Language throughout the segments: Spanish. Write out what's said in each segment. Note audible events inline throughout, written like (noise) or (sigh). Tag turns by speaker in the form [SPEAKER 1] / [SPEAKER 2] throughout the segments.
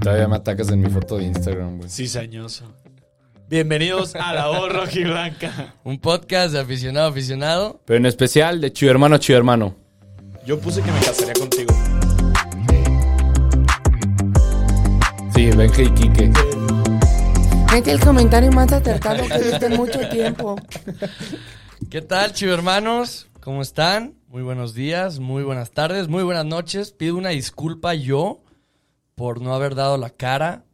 [SPEAKER 1] Todavía me atacas en mi foto de Instagram, güey.
[SPEAKER 2] Cizañoso. Bienvenidos a la
[SPEAKER 3] (laughs)
[SPEAKER 2] voz rojiblanca.
[SPEAKER 3] Un podcast de aficionado a aficionado.
[SPEAKER 1] Pero en especial de Chivo Hermano, Chivo Hermano.
[SPEAKER 2] Yo puse que me casaría contigo.
[SPEAKER 1] Sí, Benja y Quique.
[SPEAKER 4] Mete el comentario más acertado que viste en mucho tiempo.
[SPEAKER 3] ¿Qué tal, chivo hermanos? ¿Cómo están? Muy buenos días, muy buenas tardes, muy buenas noches. Pido una disculpa yo por no haber dado la cara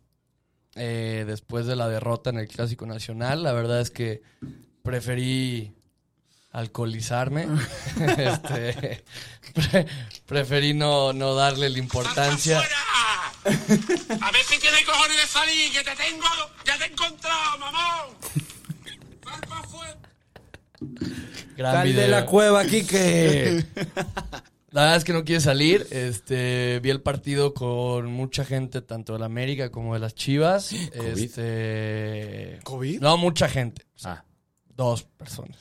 [SPEAKER 3] eh, después de la derrota en el Clásico Nacional. La verdad es que preferí alcoholizarme. (laughs) Este, pre- preferí no, no darle la importancia.
[SPEAKER 5] A ver si tienes cojones de salir, que te tengo, ya te he encontrado, mamón.
[SPEAKER 3] Gran
[SPEAKER 6] Sal de
[SPEAKER 3] video.
[SPEAKER 6] la cueva, Quique.
[SPEAKER 3] (laughs) La verdad es que no quiere salir. Este, vi el partido con mucha gente, tanto de la América como de las Chivas. Este,
[SPEAKER 2] ¿Covid?
[SPEAKER 3] no, mucha gente.
[SPEAKER 1] Ah.
[SPEAKER 3] Dos personas.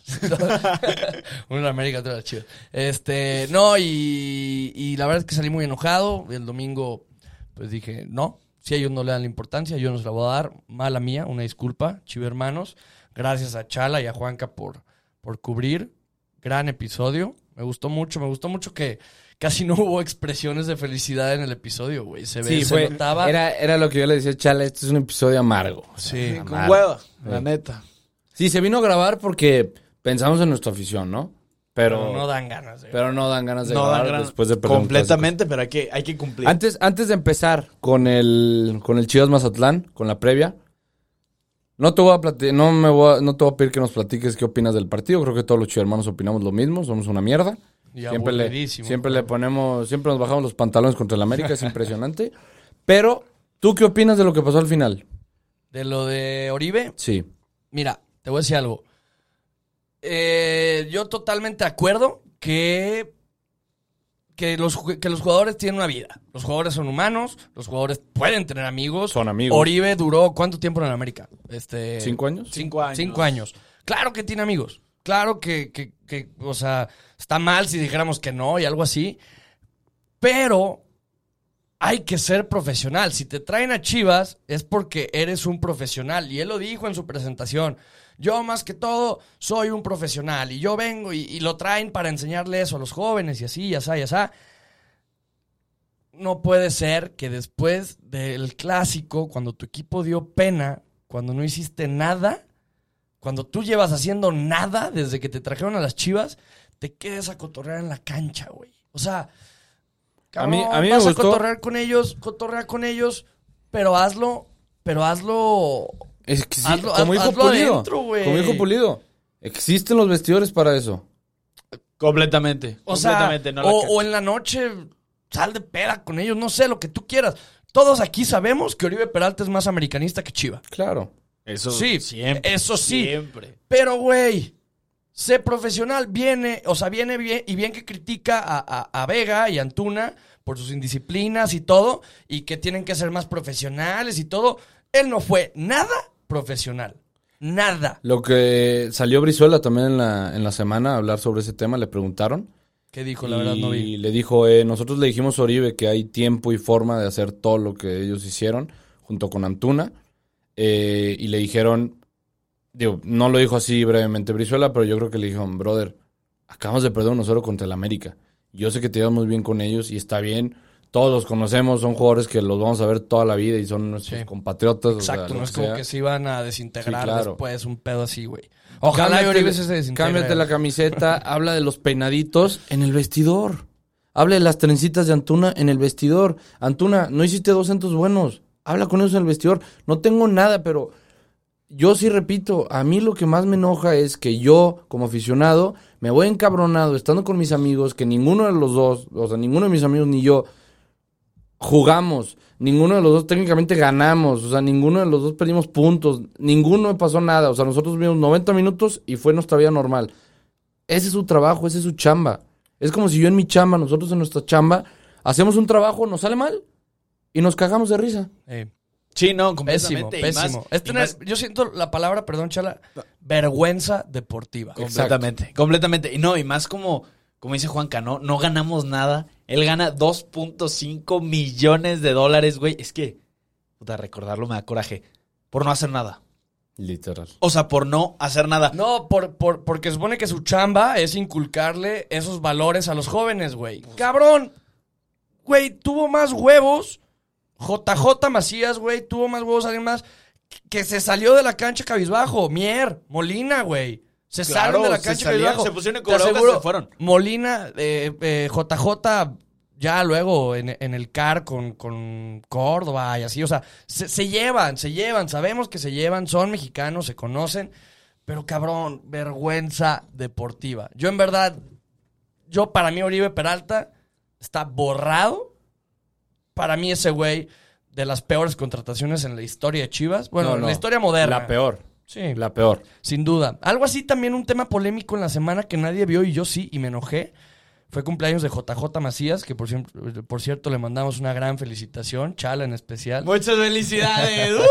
[SPEAKER 3] (laughs) Una de la América, otra de las Chivas. Este, no, y, y la verdad es que salí muy enojado. El domingo, pues dije, no, si a ellos no le dan la importancia, yo no se la voy a dar. Mala mía, una disculpa, Chiva hermanos. Gracias a Chala y a Juanca por, por cubrir. Gran episodio. Me gustó mucho, me gustó mucho que casi no (laughs) hubo expresiones de felicidad en el episodio, güey. Se, ve-
[SPEAKER 1] Sí,
[SPEAKER 3] se
[SPEAKER 1] fue.
[SPEAKER 3] notaba.
[SPEAKER 1] Era, era lo que yo le decía, Chala, este es un episodio amargo.
[SPEAKER 3] Sí.
[SPEAKER 1] Amargo.
[SPEAKER 2] Con hueva, la neta.
[SPEAKER 1] Sí, se vino a grabar porque pensamos en nuestra afición, ¿no? Pero,
[SPEAKER 3] Pero no dan ganas, güey.
[SPEAKER 1] pero no dan ganas de
[SPEAKER 2] No
[SPEAKER 1] grabar
[SPEAKER 2] dan gran-
[SPEAKER 1] después de perder un
[SPEAKER 2] Completamente, pero hay que, hay que cumplir.
[SPEAKER 1] Antes, antes de empezar con el, con el Chivas Mazatlán, con la previa, no te voy a plati- no me voy a- no te voy a pedir que nos platiques qué opinas del partido. Creo que todos los hermanos opinamos lo mismo, somos una mierda.
[SPEAKER 3] Y
[SPEAKER 1] siempre le,
[SPEAKER 3] aburridísimo.
[SPEAKER 1] siempre le ponemos, siempre nos bajamos los pantalones contra el América,
[SPEAKER 3] (laughs)
[SPEAKER 1] es impresionante. Pero, ¿tú qué opinas de lo que pasó al final?
[SPEAKER 3] De lo de Oribe,
[SPEAKER 1] Sí.
[SPEAKER 3] Mira, te voy a decir algo. Eh, yo totalmente de acuerdo que, que, los, ju- que los jugadores tienen una vida. Los jugadores son humanos, los jugadores pueden tener amigos.
[SPEAKER 1] Son amigos.
[SPEAKER 3] Oribe duró cuánto tiempo en América? Este,
[SPEAKER 1] ¿Cinco años?
[SPEAKER 2] Cinco años.
[SPEAKER 3] Cinco años. Claro que tiene amigos. Claro que, que- que, o sea, está mal si dijéramos que no y algo así. Pero hay que ser profesional. Si te traen a Chivas es porque eres un profesional. Y él lo dijo en su presentación. Yo más que todo soy un profesional y yo vengo y, y lo traen para enseñarle eso a los jóvenes y así, y asá, y asá. No puede ser que después del clásico, cuando tu equipo dio pena, cuando no hiciste nada, cuando tú llevas haciendo nada desde que te trajeron a las Chivas, te quedes a cotorrear en la cancha, güey. O sea,
[SPEAKER 1] A mí- a
[SPEAKER 3] cabrón,
[SPEAKER 1] mí me
[SPEAKER 3] vas
[SPEAKER 1] gustó-
[SPEAKER 3] a cotorrear con ellos, cotorrear con ellos, pero hazlo, pero hazlo.
[SPEAKER 1] Es que sí,
[SPEAKER 3] Hazlo-
[SPEAKER 1] como
[SPEAKER 3] haz-
[SPEAKER 1] hijo
[SPEAKER 3] hazlo
[SPEAKER 1] pulido.
[SPEAKER 3] adentro, güey.
[SPEAKER 1] como hijo pulido. Existen los vestidores para eso.
[SPEAKER 2] Completamente.
[SPEAKER 3] O sea,
[SPEAKER 2] completamente. no la
[SPEAKER 3] o,
[SPEAKER 2] ca-
[SPEAKER 3] o en la noche sal de peda con ellos, no sé, lo que tú quieras. Todos aquí sabemos que Oribe Peralta es más americanista que Chiva.
[SPEAKER 1] Claro.
[SPEAKER 2] Eso
[SPEAKER 3] Sí, eso sí.
[SPEAKER 2] Siempre.
[SPEAKER 3] Pero, güey, sé profesional. Viene, o sea, viene bien y bien que critica a, a- a Vega y a Antuna por sus indisciplinas y todo, y que tienen que ser más profesionales y todo. Él no fue nada profesional. Nada.
[SPEAKER 1] Lo que salió Brizuela también en la, en la semana a hablar sobre ese tema, le preguntaron.
[SPEAKER 3] ¿Qué dijo? La verdad no
[SPEAKER 1] Y
[SPEAKER 3] vi.
[SPEAKER 1] le dijo, eh, nosotros le dijimos a Oribe que hay tiempo y forma de hacer todo lo que ellos hicieron junto con Antuna. eh, y le dijeron, digo, no lo dijo así brevemente Brizuela, pero yo creo que le dijeron, brother, acabamos de perder 1-0 contra el América. Yo sé que te llevamos muy bien con ellos y está bien. Todos los conocemos, son jugadores que los vamos a ver toda la vida y son nuestros
[SPEAKER 3] Sí.
[SPEAKER 1] compatriotas. o sea,
[SPEAKER 3] Exacto,
[SPEAKER 1] lo
[SPEAKER 3] no es
[SPEAKER 1] que
[SPEAKER 3] como
[SPEAKER 1] sea.
[SPEAKER 3] que se iban a desintegrar
[SPEAKER 1] Sí, claro.
[SPEAKER 3] después un pedo así, güey. Ojalá y
[SPEAKER 1] Cámbiate-
[SPEAKER 3] Oribe se desintegre.
[SPEAKER 1] Cámbiate la camiseta, habla de los peinaditos en el vestidor. Habla de las trencitas de Antuna en el vestidor. Antuna, no hiciste dos centos buenos. Habla con ellos en el vestidor. No tengo nada, pero yo sí repito, a mí lo que más me enoja es que yo, como aficionado, me voy encabronado estando con mis amigos, que ninguno de los dos, o sea, ninguno de mis amigos ni yo, jugamos. Ninguno de los dos técnicamente ganamos. O sea, ninguno de los dos perdimos puntos. Ninguno me pasó nada. O sea, nosotros vimos 90 minutos y fue nuestra vida normal. Ese es su trabajo, ese es su chamba. Es como si yo en mi chamba, nosotros en nuestra chamba, hacemos un trabajo, nos sale mal y nos cagamos de risa.
[SPEAKER 3] Eh,
[SPEAKER 2] Sí, no,
[SPEAKER 3] pésimo,
[SPEAKER 2] completamente. y más-
[SPEAKER 3] pésimo. Es
[SPEAKER 2] y
[SPEAKER 3] tener-
[SPEAKER 2] más-
[SPEAKER 3] yo siento la palabra, perdón, chala, vergüenza deportiva.
[SPEAKER 2] Completamente, completamente. Y no, y más como, como dice Juanca, no, no ganamos nada. Él gana 2.5 millones de dólares, güey. Es que Puta, recordarlo me da coraje. Por no hacer nada.
[SPEAKER 1] Literal.
[SPEAKER 2] O sea, por no hacer nada.
[SPEAKER 3] No, por, por- porque supone que su chamba es inculcarle esos valores a los jóvenes, güey.
[SPEAKER 2] Pues.
[SPEAKER 3] Cabrón, güey, tuvo más huevos. JJ Macías, güey, tuvo más huevos alguien más que se salió de la cancha cabizbajo. Mier, Molina, güey. Se
[SPEAKER 2] Claro,
[SPEAKER 3] salen de la
[SPEAKER 2] se
[SPEAKER 3] cancha
[SPEAKER 2] salieron,
[SPEAKER 3] cabizbajo.
[SPEAKER 2] se pusieron en
[SPEAKER 3] Te
[SPEAKER 2] cubrebocas y
[SPEAKER 3] aseguro,
[SPEAKER 2] se fueron.
[SPEAKER 3] Molina, eh, eh, JJ, ya luego en, en el CAR con, con Córdoba y así, o sea, se, se llevan, se llevan, sabemos que se llevan, son mexicanos, se conocen, pero cabrón, vergüenza deportiva. Yo en verdad, yo para mí Oribe Peralta está borrado. Para mí ese güey de las peores contrataciones en la historia de Chivas, bueno,
[SPEAKER 1] No,
[SPEAKER 3] en
[SPEAKER 1] no.
[SPEAKER 3] la historia moderna.
[SPEAKER 1] La peor.
[SPEAKER 3] Sí.
[SPEAKER 1] La peor.
[SPEAKER 3] Sin duda. Algo así también, un tema polémico en la semana que nadie vio y yo sí, y me enojé. Fue cumpleaños de JJ Macías, que por, cien- por cierto le mandamos una gran felicitación, Chala en especial.
[SPEAKER 2] Muchas
[SPEAKER 3] (laughs)
[SPEAKER 2] felicidades. Uh.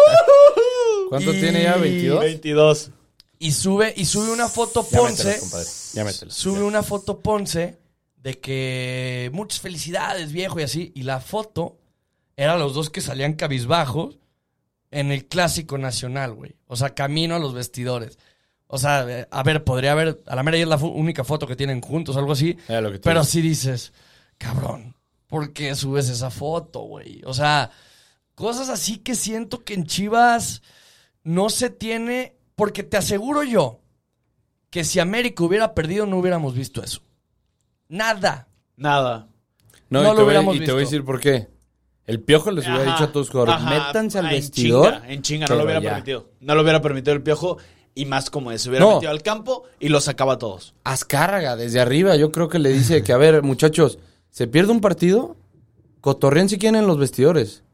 [SPEAKER 1] ¿Cuánto tiene ya? ¿22?
[SPEAKER 2] 22.
[SPEAKER 3] Y sube, y sube una foto
[SPEAKER 1] Ya
[SPEAKER 3] Ponce.
[SPEAKER 1] mételos, compadre. Ya mételos.
[SPEAKER 3] Sube una foto Ponce de que muchas felicidades, viejo, y así. Y la foto era los dos que salían cabizbajos en el clásico nacional, güey. O sea, camino a los vestidores. O sea, eh, a ver, podría haber. A la mera y es la fu- única foto que tienen juntos, algo así.
[SPEAKER 1] Era lo que te
[SPEAKER 3] Pero
[SPEAKER 1] dije.
[SPEAKER 3] sí dices, cabrón, ¿por qué subes esa foto, güey? O sea, cosas así que siento que en Chivas no se tiene. Porque te aseguro yo que si América hubiera perdido, no hubiéramos visto eso. Nada.
[SPEAKER 2] Nada.
[SPEAKER 1] No, y,
[SPEAKER 3] No lo
[SPEAKER 1] te voy,
[SPEAKER 3] hubiéramos
[SPEAKER 1] y te voy a
[SPEAKER 3] visto.
[SPEAKER 1] decir por qué. El piojo les Pues hubiera
[SPEAKER 2] Ajá,
[SPEAKER 1] dicho a todos los jugadores,
[SPEAKER 2] ajá.
[SPEAKER 1] métanse al
[SPEAKER 2] Ah,
[SPEAKER 1] vestidor.
[SPEAKER 2] En chinga, en chinga, no lo
[SPEAKER 1] pero
[SPEAKER 2] hubiera
[SPEAKER 1] ya.
[SPEAKER 2] permitido. No lo hubiera permitido el piojo y más como eso. Hubiera
[SPEAKER 1] No.
[SPEAKER 2] metido al campo y lo sacaba a todos.
[SPEAKER 1] Azcárraga, desde arriba, yo creo que le dice que, a ver, muchachos, se pierde un partido, cotorreen si quieren en los vestidores.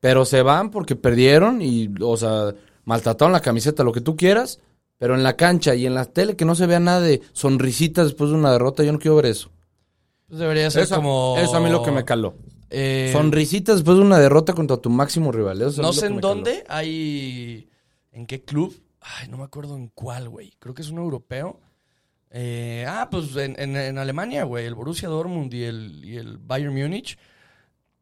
[SPEAKER 1] Pero se van porque perdieron y, o sea, maltrataron la camiseta, lo que tú quieras. Pero en la cancha y en la tele que no se vea nada de sonrisitas después de una derrota, yo no quiero ver eso.
[SPEAKER 3] Pues debería ser
[SPEAKER 1] Eso,
[SPEAKER 3] como.
[SPEAKER 1] eso a mí lo que me caló.
[SPEAKER 3] Eh,
[SPEAKER 1] Sonrisitas después de una derrota contra tu máximo rival. eso es
[SPEAKER 3] No
[SPEAKER 1] lo
[SPEAKER 3] sé
[SPEAKER 1] que
[SPEAKER 3] en
[SPEAKER 1] me caló.
[SPEAKER 3] dónde hay. ¿En qué club? Ay, no me acuerdo en cuál, güey. Creo que es un europeo. Eh, ah, pues en, en- en Alemania, güey. El Borussia Dortmund y el, y el Bayern Múnich.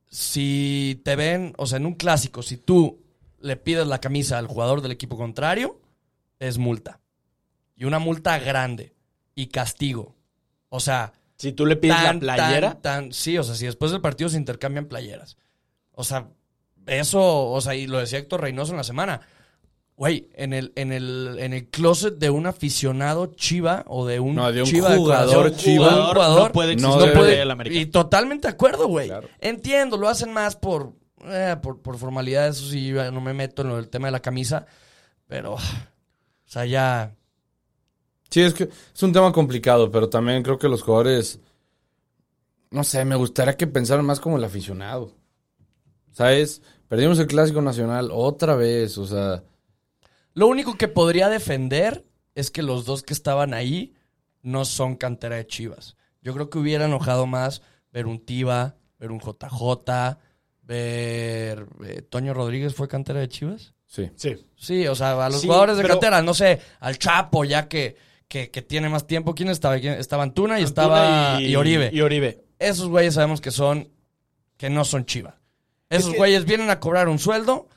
[SPEAKER 3] Si te ven, o sea, en un clásico, si tú le pides la camisa al jugador del equipo contrario, es multa. Y una multa grande. Y castigo. O sea,
[SPEAKER 2] Si tú le pides la
[SPEAKER 3] tan,
[SPEAKER 2] playera,
[SPEAKER 3] tan, tan- sí, o sea, si después del partido se intercambian playeras. O sea, eso, o sea, y lo decía Héctor Reynoso en la semana. Güey, en el, en el, en el closet de un aficionado chiva o de un,
[SPEAKER 1] No, de un
[SPEAKER 3] chiva de
[SPEAKER 1] jugador
[SPEAKER 3] corazón,
[SPEAKER 1] chiva.
[SPEAKER 3] de un jugador,
[SPEAKER 2] no puede
[SPEAKER 1] no
[SPEAKER 2] existir
[SPEAKER 1] debe
[SPEAKER 2] en
[SPEAKER 1] de-
[SPEAKER 2] el América.
[SPEAKER 3] y totalmente de acuerdo, güey.
[SPEAKER 1] Claro.
[SPEAKER 3] Entiendo, lo hacen más por, eh, por, por formalidad, eso sí, yo ya no me meto en lo del tema de la camisa, pero, o sea, ya...
[SPEAKER 1] Sí, es que es un tema complicado, pero también creo que los jugadores, no sé, me gustaría que pensaran más como el aficionado. ¿Sabes? Perdimos el Clásico Nacional otra vez, o sea,
[SPEAKER 3] Lo único que podría defender es que los dos que estaban ahí no son cantera de Chivas. Yo creo que hubiera enojado más ver un Tiva, ver un JJ, ver... eh, ¿Toño Rodríguez fue cantera de Chivas?
[SPEAKER 1] sí.
[SPEAKER 2] Sí.
[SPEAKER 3] Sí, o sea, a los
[SPEAKER 2] Sí,
[SPEAKER 3] jugadores de
[SPEAKER 2] pero-
[SPEAKER 3] cantera, no sé, al Chapo ya que, que, que tiene más tiempo. ¿Quién estaba? ¿Quién- Estaba Antuna y estaba...
[SPEAKER 2] Antuna
[SPEAKER 3] Y, Oribe.
[SPEAKER 2] Y Oribe.
[SPEAKER 3] Esos güeyes sabemos que son... que no son Chivas. Esos
[SPEAKER 2] Es que-
[SPEAKER 3] güeyes vienen a cobrar un sueldo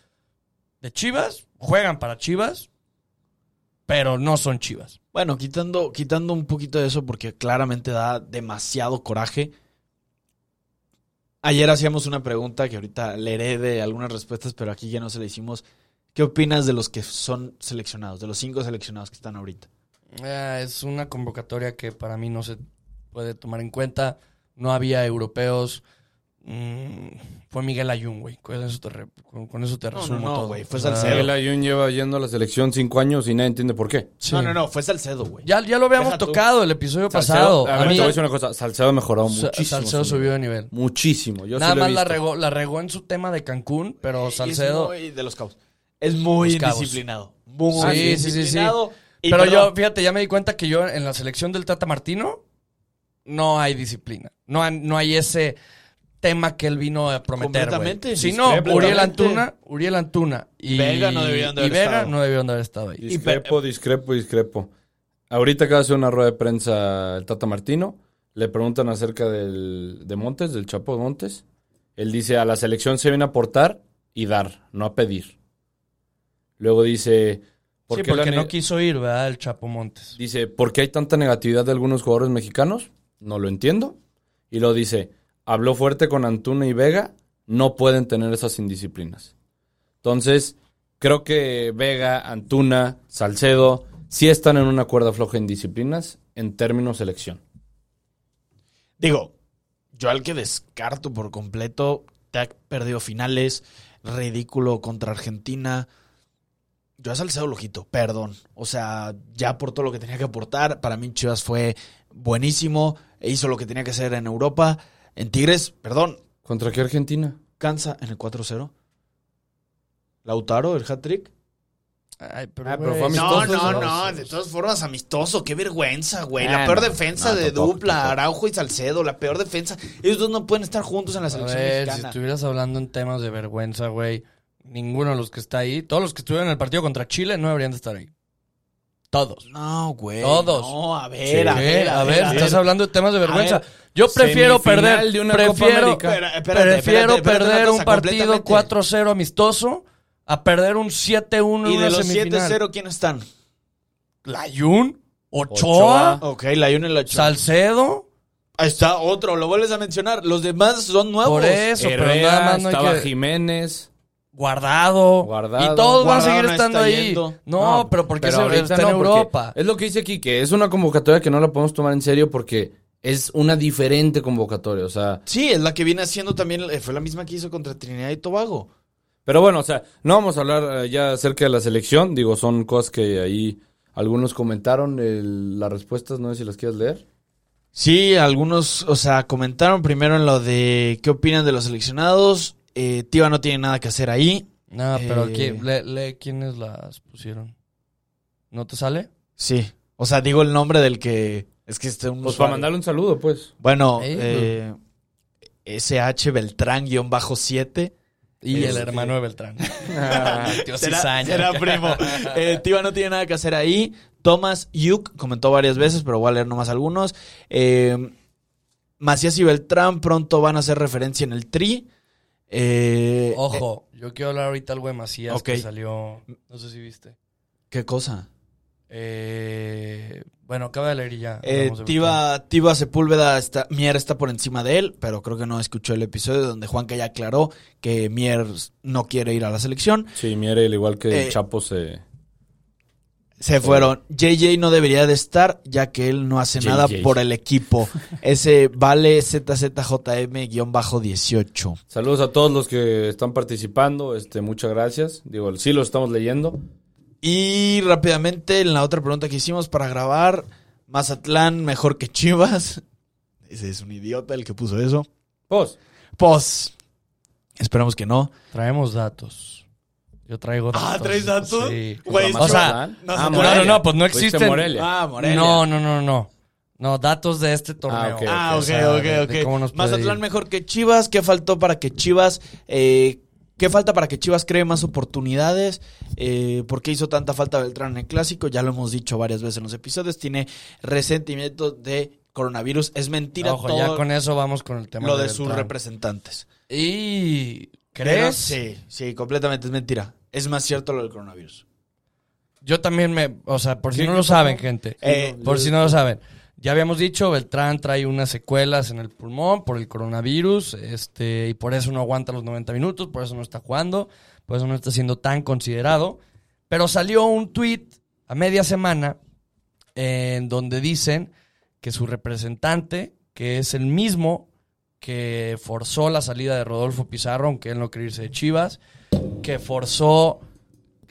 [SPEAKER 3] de Chivas, juegan para Chivas, pero no son Chivas.
[SPEAKER 2] Bueno, quitando, quitando un poquito de eso porque claramente da demasiado coraje. Ayer hacíamos una pregunta que ahorita leeré de algunas respuestas, pero aquí ya no se la hicimos. ¿Qué opinas de los que son seleccionados, de los cinco seleccionados que están ahorita?
[SPEAKER 3] Eh, es una convocatoria que para mí no se puede tomar en cuenta. No había europeos. Mm, fue Miguel Ayun, güey. Con eso te, re- con, con eso te
[SPEAKER 2] No,
[SPEAKER 3] resumo
[SPEAKER 2] no, no,
[SPEAKER 3] todo.
[SPEAKER 2] güey, fue
[SPEAKER 3] O sea,
[SPEAKER 2] Salcedo.
[SPEAKER 1] Miguel Ayun lleva yendo a la selección cinco años y nadie entiende por qué.
[SPEAKER 3] sí.
[SPEAKER 2] No, no, no, fue Salcedo, güey.
[SPEAKER 3] Ya, ya lo habíamos
[SPEAKER 2] Deja tú.
[SPEAKER 3] tocado el episodio
[SPEAKER 1] Salcedo-
[SPEAKER 3] pasado.
[SPEAKER 1] a
[SPEAKER 3] A
[SPEAKER 1] ver,
[SPEAKER 3] mí,
[SPEAKER 1] te voy a decir una cosa, Salcedo ha mejorado
[SPEAKER 3] Sa-
[SPEAKER 1] muchísimo.
[SPEAKER 3] Salcedo
[SPEAKER 1] su
[SPEAKER 3] subió
[SPEAKER 1] nivel.
[SPEAKER 3] de nivel.
[SPEAKER 1] Muchísimo, yo
[SPEAKER 3] Nada
[SPEAKER 1] sí lo he
[SPEAKER 3] más la
[SPEAKER 1] visto.
[SPEAKER 3] regó, la regó en su tema de Cancún, pero Salcedo...
[SPEAKER 2] Es muy de los cabos. Es muy
[SPEAKER 3] Los Cabos.
[SPEAKER 2] indisciplinado. Muy
[SPEAKER 3] Sí, sí, sí, sí.
[SPEAKER 2] indisciplinado. Y
[SPEAKER 3] Pero
[SPEAKER 2] perdón,
[SPEAKER 3] yo, fíjate, ya me di cuenta que yo en la selección del Tata Martino no hay disciplina. No, hay- no hay ese tema que él vino a prometer,
[SPEAKER 2] Completamente.
[SPEAKER 3] güey. Si no,
[SPEAKER 2] Discrepo.
[SPEAKER 3] Uriel Antuna, Uriel Antuna y
[SPEAKER 2] Vega no debieron de
[SPEAKER 3] y
[SPEAKER 2] haber
[SPEAKER 3] Vega
[SPEAKER 2] estado.
[SPEAKER 3] no debieron de haber estado ahí.
[SPEAKER 1] Discrepo, discrepo, discrepo. Ahorita acaba de hacer una rueda de prensa el Tata Martino. Le preguntan acerca del, de Montes, del Chapo Montes. Él dice, a la selección se viene a aportar y dar, no a pedir. Luego dice, ¿por
[SPEAKER 3] sí,
[SPEAKER 1] qué la
[SPEAKER 3] porque
[SPEAKER 1] ne-
[SPEAKER 3] no quiso ir, ¿verdad? El Chapo Montes.
[SPEAKER 1] Dice, ¿por qué hay tanta negatividad de algunos jugadores mexicanos? No lo entiendo. Y lo dice, habló fuerte con Antuna y Vega, no pueden tener esas indisciplinas. Entonces, creo que Vega, Antuna, Salcedo, sí están en una cuerda floja en disciplinas en términos selección.
[SPEAKER 2] Digo, yo al que descarto por completo, Tac perdió finales, ridículo contra Argentina. Yo a Salcedo lo quito, perdón. O sea, ya aportó lo que tenía que aportar. Para mí Chivas fue buenísimo, e hizo lo que tenía que hacer en Europa. En Tigres, perdón,
[SPEAKER 1] ¿Contra qué Argentina?
[SPEAKER 2] cansa en el 4-0. Lautaro, el hat-trick.
[SPEAKER 3] Ay,
[SPEAKER 1] Ah, pero
[SPEAKER 3] güey,
[SPEAKER 1] fue
[SPEAKER 2] No,
[SPEAKER 1] Amistosos,
[SPEAKER 2] no,
[SPEAKER 1] ¿no?
[SPEAKER 2] no, de todas formas, amistoso, qué vergüenza, güey.
[SPEAKER 1] Ah,
[SPEAKER 2] La peor
[SPEAKER 1] no,
[SPEAKER 2] defensa
[SPEAKER 1] no,
[SPEAKER 2] de
[SPEAKER 1] tampoco,
[SPEAKER 2] dupla,
[SPEAKER 1] tampoco.
[SPEAKER 2] Araujo y Salcedo, la peor defensa. Ellos dos no pueden estar juntos en la
[SPEAKER 3] A
[SPEAKER 2] selección
[SPEAKER 3] ver, si
[SPEAKER 2] mexicana.
[SPEAKER 3] estuvieras hablando en temas de vergüenza, güey, ninguno de los que está ahí, todos los que estuvieron en el partido contra Chile no deberían de estar ahí. Todos.
[SPEAKER 2] No, güey.
[SPEAKER 3] Todos.
[SPEAKER 2] No, a ver,
[SPEAKER 1] Sí.
[SPEAKER 2] a ver,
[SPEAKER 3] ¿Qué? A ver,
[SPEAKER 2] a
[SPEAKER 3] estás
[SPEAKER 2] ver.
[SPEAKER 3] hablando de temas de vergüenza.
[SPEAKER 2] ver,
[SPEAKER 3] Yo prefiero
[SPEAKER 1] semifinal
[SPEAKER 3] perder
[SPEAKER 1] de una Copa
[SPEAKER 3] prefiero,
[SPEAKER 1] América.
[SPEAKER 2] Espera, espérate,
[SPEAKER 3] prefiero
[SPEAKER 2] espérate, espérate
[SPEAKER 3] perder
[SPEAKER 2] una cosa,
[SPEAKER 3] un partido
[SPEAKER 2] completamente.
[SPEAKER 3] 4-0 amistoso a perder un 7-1 en
[SPEAKER 2] ¿Y de
[SPEAKER 3] una
[SPEAKER 2] los
[SPEAKER 3] semifinal.
[SPEAKER 2] 7-0 quiénes están?
[SPEAKER 3] Layun, Ochoa,
[SPEAKER 1] Ochoa.
[SPEAKER 2] Ah, Ok, la y la Ochoa.
[SPEAKER 3] Salcedo,
[SPEAKER 2] Ahí está otro, lo vuelves a mencionar. Los demás son nuevos.
[SPEAKER 3] por eso, pero
[SPEAKER 1] Herrera,
[SPEAKER 3] nada más no
[SPEAKER 1] estaba
[SPEAKER 3] hay que...
[SPEAKER 1] Jiménez.
[SPEAKER 3] Guardado.
[SPEAKER 1] Guardado.
[SPEAKER 3] Y todos
[SPEAKER 2] Guardado
[SPEAKER 3] van a seguir
[SPEAKER 2] no
[SPEAKER 3] estando
[SPEAKER 2] está
[SPEAKER 3] ahí.
[SPEAKER 2] yendo.
[SPEAKER 3] No, pero porque
[SPEAKER 1] pero
[SPEAKER 3] se-
[SPEAKER 1] ahorita
[SPEAKER 3] está en
[SPEAKER 1] no, porque
[SPEAKER 3] Europa.
[SPEAKER 1] Es lo que dice aquí, que es una convocatoria que no la podemos tomar en serio porque es una diferente convocatoria, o sea...
[SPEAKER 2] Sí, es la que viene haciendo también, eh, fue la misma que hizo contra Trinidad y Tobago.
[SPEAKER 1] Pero bueno, o sea, no vamos a hablar eh, ya acerca de la selección. Digo, son cosas que ahí algunos comentaron. el- las respuestas, no sé si las quieres leer.
[SPEAKER 2] Sí, algunos, o sea, comentaron primero en lo de qué opinan de los seleccionados. Eh, Tiva no tiene nada que hacer ahí.
[SPEAKER 3] No, pero
[SPEAKER 2] Eh.
[SPEAKER 3] ¿quién, le, le- ¿quiénes las pusieron? ¿No te sale?
[SPEAKER 2] Sí, o sea, digo el nombre del que es que este un
[SPEAKER 1] Pues
[SPEAKER 2] usuario.
[SPEAKER 1] para mandarle un saludo,
[SPEAKER 3] (laughs)
[SPEAKER 1] pues.
[SPEAKER 2] Bueno,
[SPEAKER 3] Ey.
[SPEAKER 2] eh, SH Beltrán guión bajo 7.
[SPEAKER 3] Y el
[SPEAKER 2] Este.
[SPEAKER 3] hermano
[SPEAKER 2] (laughs)
[SPEAKER 3] de Beltrán. Tío
[SPEAKER 2] Será,
[SPEAKER 3] cizaña.
[SPEAKER 2] será primo. Eh, Tiva no tiene nada que hacer ahí. Thomas Yuk comentó varias veces, pero voy a leer nomás algunos. Eh, Macías y Beltrán pronto van a hacer referencia en el tri. Eh,
[SPEAKER 3] Ojo, yo quiero hablar ahorita algo de Macías
[SPEAKER 2] Ok.
[SPEAKER 3] que salió. No sé si viste.
[SPEAKER 2] eh, ¿Qué cosa?
[SPEAKER 3] Eh, bueno, acaba de leer y ya.
[SPEAKER 2] Eh,
[SPEAKER 3] hablamos de Beltrán.
[SPEAKER 2] Tiva, Tiva Sepúlveda, está, Mier está por encima de él, pero creo que no escuchó el episodio donde Juanca ya aclaró que Mier no quiere ir a la selección.
[SPEAKER 1] Sí, mire, al igual que
[SPEAKER 2] Eh.
[SPEAKER 1] el Chapo se.
[SPEAKER 2] Se fueron. JJ no debería de estar, ya que él no hace
[SPEAKER 1] JJ.
[SPEAKER 2] nada por el equipo. Ese vale ZZJM-18.
[SPEAKER 1] Saludos a todos los que están participando. Este, muchas gracias. Digo, sí lo estamos leyendo.
[SPEAKER 2] Y rápidamente, en la otra pregunta que hicimos para grabar, Mazatlán mejor que Chivas. Ese es un idiota el que puso eso.
[SPEAKER 1] Pues,
[SPEAKER 2] Pues, esperamos que no.
[SPEAKER 3] Traemos datos. Yo traigo datos.
[SPEAKER 2] Ah, ¿traes datos?
[SPEAKER 3] Sí.
[SPEAKER 2] Güey,
[SPEAKER 3] O sea,
[SPEAKER 1] Mazatlán.
[SPEAKER 2] no,
[SPEAKER 1] Ah,
[SPEAKER 2] no,
[SPEAKER 1] Morelia.
[SPEAKER 3] no, no, pues no
[SPEAKER 1] Fuiste
[SPEAKER 3] existen.
[SPEAKER 1] Morelia.
[SPEAKER 2] Ah, Morelia.
[SPEAKER 3] No, no, no, no. No, datos de este
[SPEAKER 1] Ah,
[SPEAKER 3] torneo.
[SPEAKER 1] ok.
[SPEAKER 2] Ah,
[SPEAKER 3] O
[SPEAKER 2] ok,
[SPEAKER 3] sea,
[SPEAKER 2] ok,
[SPEAKER 3] de-
[SPEAKER 2] ok.
[SPEAKER 3] de cómo nos puede
[SPEAKER 2] Mazatlán
[SPEAKER 3] ir.
[SPEAKER 2] mejor que Chivas. ¿Qué faltó para que Chivas... eh, ¿Qué falta para que Chivas cree más oportunidades? Eh, ¿Por qué hizo tanta falta Beltrán en el Clásico? Ya lo hemos dicho varias veces en los episodios. Tiene resentimiento de coronavirus. Es mentira
[SPEAKER 3] Ojo,
[SPEAKER 2] todo
[SPEAKER 3] ya con eso vamos con el tema
[SPEAKER 2] lo de sus
[SPEAKER 3] Beltrán.
[SPEAKER 2] representantes.
[SPEAKER 3] Y
[SPEAKER 2] Pero
[SPEAKER 3] ¿crees?
[SPEAKER 2] Sí, sí, completamente es mentira. Es más cierto lo del coronavirus.
[SPEAKER 3] Yo también me, o sea, por si
[SPEAKER 1] ¿Qué-
[SPEAKER 3] no
[SPEAKER 1] qué
[SPEAKER 3] lo
[SPEAKER 1] pasó?
[SPEAKER 3] saben, gente.
[SPEAKER 2] Eh,
[SPEAKER 3] por si no lo saben. Ya habíamos dicho, Beltrán trae unas secuelas en el pulmón por el coronavirus, este, y por eso no aguanta los 90 minutos, por eso no está jugando, por eso no está siendo tan considerado. Pero salió un tuit a media semana en donde dicen que su representante, que es el mismo que forzó la salida de Rodolfo Pizarro, aunque él no quería irse de Chivas, que forzó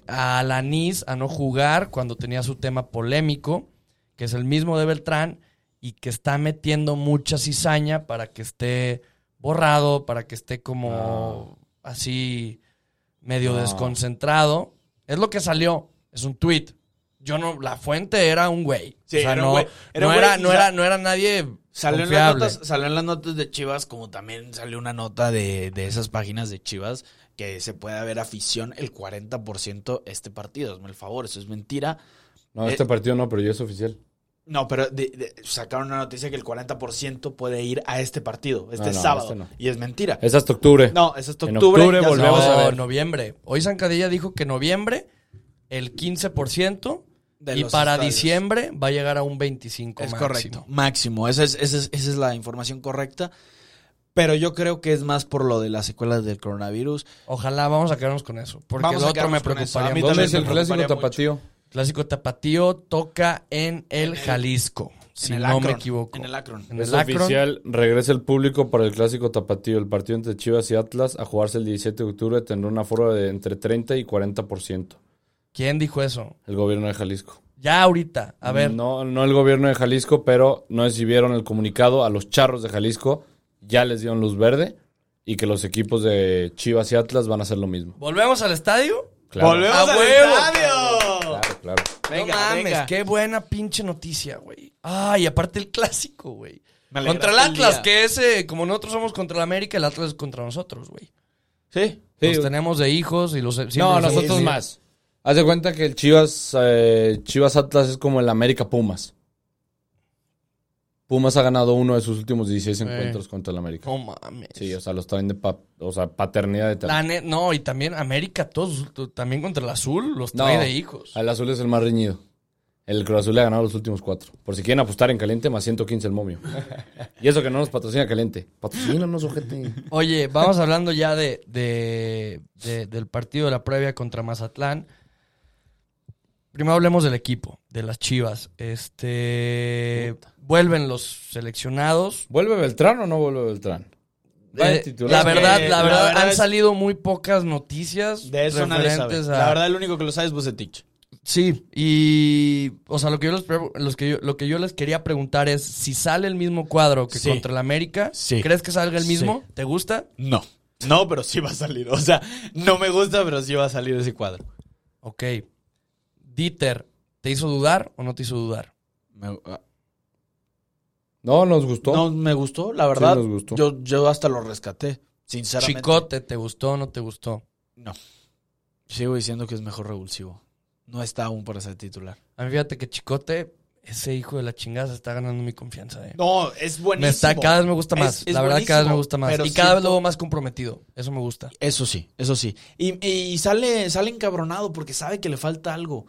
[SPEAKER 3] a Alanis a no jugar cuando tenía su tema polémico, que es el mismo de Beltrán, y que está metiendo mucha cizaña para que esté borrado, para que esté como
[SPEAKER 2] Ah.
[SPEAKER 3] así medio
[SPEAKER 1] No.
[SPEAKER 3] desconcentrado. Es lo que salió, es un tweet. Yo no, la fuente era un güey.
[SPEAKER 2] Sí,
[SPEAKER 3] o sea,
[SPEAKER 2] era un
[SPEAKER 3] no,
[SPEAKER 2] güey. Era
[SPEAKER 3] no
[SPEAKER 2] un
[SPEAKER 3] era,
[SPEAKER 2] güey y
[SPEAKER 3] no
[SPEAKER 2] sa-
[SPEAKER 3] era, no era nadie
[SPEAKER 2] Salió en, las
[SPEAKER 3] confiable.
[SPEAKER 2] notas, salió en las notas de Chivas, como también salió una nota de, de esas páginas de Chivas, que se puede haber afición el 40% este partido. Hazme el favor, eso es mentira.
[SPEAKER 1] no,
[SPEAKER 2] Eh.
[SPEAKER 1] este partido no, pero ya es oficial.
[SPEAKER 2] No, pero de- de- sacaron una noticia que el 40% puede ir a este partido, este
[SPEAKER 1] No, no,
[SPEAKER 2] sábado.
[SPEAKER 1] este no.
[SPEAKER 2] Y es mentira.
[SPEAKER 1] Es hasta octubre.
[SPEAKER 2] No, es hasta
[SPEAKER 1] En
[SPEAKER 2] octubre.
[SPEAKER 1] octubre
[SPEAKER 2] ya se-
[SPEAKER 1] volvemos
[SPEAKER 2] No,
[SPEAKER 1] a ver.
[SPEAKER 3] noviembre. Hoy Zancadilla dijo que noviembre el 15%
[SPEAKER 2] De
[SPEAKER 3] y
[SPEAKER 2] los
[SPEAKER 3] para
[SPEAKER 2] estadios.
[SPEAKER 3] diciembre va a llegar a un 25
[SPEAKER 2] Es
[SPEAKER 3] máximo.
[SPEAKER 2] correcto. Máximo. Esa es, esa, es, esa es la información correcta. Pero yo creo que es más por lo de las secuelas del coronavirus.
[SPEAKER 3] Ojalá vamos a quedarnos con eso, porque
[SPEAKER 2] Vamos
[SPEAKER 3] el
[SPEAKER 2] a
[SPEAKER 3] otro me
[SPEAKER 2] quedarnos con eso.
[SPEAKER 3] preocuparía.
[SPEAKER 2] A mí
[SPEAKER 3] mucho.
[SPEAKER 1] ¿Dónde
[SPEAKER 2] también
[SPEAKER 1] es el
[SPEAKER 2] me
[SPEAKER 1] clásico
[SPEAKER 2] preocuparía mucho.
[SPEAKER 1] tapatío?
[SPEAKER 3] Clásico Tapatío toca en el Jalisco, si
[SPEAKER 2] el
[SPEAKER 3] no
[SPEAKER 2] Akron,
[SPEAKER 3] me equivoco.
[SPEAKER 2] En el Akron.
[SPEAKER 3] En
[SPEAKER 1] Es
[SPEAKER 3] el Akron.
[SPEAKER 1] oficial, regresa el público para el clásico tapatío. El partido entre Chivas y Atlas a jugarse el 17 de octubre tendrá una aforo de entre 30 y 40%.
[SPEAKER 3] ¿Quién dijo eso?
[SPEAKER 1] El gobierno de Jalisco.
[SPEAKER 3] Ya ahorita, a ver.
[SPEAKER 1] No, no el gobierno de Jalisco, pero no recibieron el comunicado a los charros de Jalisco. Ya les dieron luz verde y que los equipos de Chivas y Atlas van a hacer lo mismo.
[SPEAKER 3] ¿Volvemos al estadio?
[SPEAKER 1] Claro,
[SPEAKER 2] ¡Volvemos
[SPEAKER 3] ¡A
[SPEAKER 2] al
[SPEAKER 3] huevo!
[SPEAKER 2] estadio!
[SPEAKER 1] claro, claro.
[SPEAKER 2] Venga,
[SPEAKER 3] no mames,
[SPEAKER 2] venga.
[SPEAKER 3] qué buena pinche noticia, güey. Ay, aparte el clásico, güey.
[SPEAKER 2] Me alegraste
[SPEAKER 3] Contra el Atlas,
[SPEAKER 2] día.
[SPEAKER 3] que ese, como nosotros somos contra el América, el Atlas es contra nosotros, güey.
[SPEAKER 1] Sí, Pues
[SPEAKER 3] Los tenemos de hijos y los siempre
[SPEAKER 1] No,
[SPEAKER 3] los hemos
[SPEAKER 1] nosotros
[SPEAKER 3] tenido.
[SPEAKER 1] más. Haz de cuenta que el Chivas, eh, Chivas Atlas es como el América Pumas. Pumas ha ganado uno de sus últimos 16 encuentros contra el América.
[SPEAKER 3] No mames.
[SPEAKER 1] Sí, o sea, los traen de pa- o sea, paternidad de tal.
[SPEAKER 3] La ne- no, y también América, todos, t- también contra el azul, los trae
[SPEAKER 1] No.
[SPEAKER 3] de hijos.
[SPEAKER 1] El azul es el más reñido. El Cruz Azul le ha ganado los últimos cuatro. Por si quieren apostar en caliente, más 115 el momio. y eso que no nos patrocina caliente. Patrocínanos, ojete.
[SPEAKER 3] Oye, vamos hablando ya de, de- de- del partido de la previa contra Mazatlán. Primero hablemos del equipo, de las Chivas. Este vuelven los seleccionados.
[SPEAKER 1] (laughs) ¿Vuelve Beltrán o no vuelve Beltrán? Va de
[SPEAKER 3] Eh,
[SPEAKER 1] titular.
[SPEAKER 3] la verdad, la
[SPEAKER 2] La
[SPEAKER 3] verdad,
[SPEAKER 2] verdad
[SPEAKER 3] han
[SPEAKER 2] es-
[SPEAKER 3] salido muy pocas noticias
[SPEAKER 2] De eso nadie sabe.
[SPEAKER 3] referentes a-
[SPEAKER 2] La verdad, el único que lo sabe es Bucetich.
[SPEAKER 3] Sí, y o sea, lo que yo les pre- los que yo- lo que yo les quería preguntar es si sale el mismo cuadro que
[SPEAKER 2] Sí.
[SPEAKER 3] contra el América,
[SPEAKER 2] Sí.
[SPEAKER 3] ¿crees que salga el mismo? ¿Te gusta?
[SPEAKER 2] No. No, pero sí va a salir. O sea, no me gusta, pero sí va a salir ese cuadro.
[SPEAKER 3] Ok. Dieter, ¿te hizo dudar o no te hizo dudar?
[SPEAKER 2] Me- ah,
[SPEAKER 1] No, nos gustó.
[SPEAKER 2] no, me gustó, la verdad.
[SPEAKER 1] nos gustó.
[SPEAKER 2] Yo, yo hasta lo rescaté, sinceramente.
[SPEAKER 3] Chicote, ¿te gustó o no te gustó?
[SPEAKER 2] No. Sigo diciendo que es mejor revulsivo. No está aún para ser titular.
[SPEAKER 3] A mí fíjate que Chicote, ese hijo de la chingada se está ganando mi confianza, eh.
[SPEAKER 2] No, es buenísimo.
[SPEAKER 3] Me está, cada vez me gusta
[SPEAKER 2] Es-
[SPEAKER 3] más.
[SPEAKER 2] es
[SPEAKER 3] la verdad, cada vez me
[SPEAKER 2] buenísimo,
[SPEAKER 3] gusta más.
[SPEAKER 2] pero
[SPEAKER 3] Y cada vez
[SPEAKER 2] siento-
[SPEAKER 3] lo veo más comprometido. Eso me gusta.
[SPEAKER 2] Eso sí, eso sí. Y, y sale, sale encabronado porque sabe que le falta algo.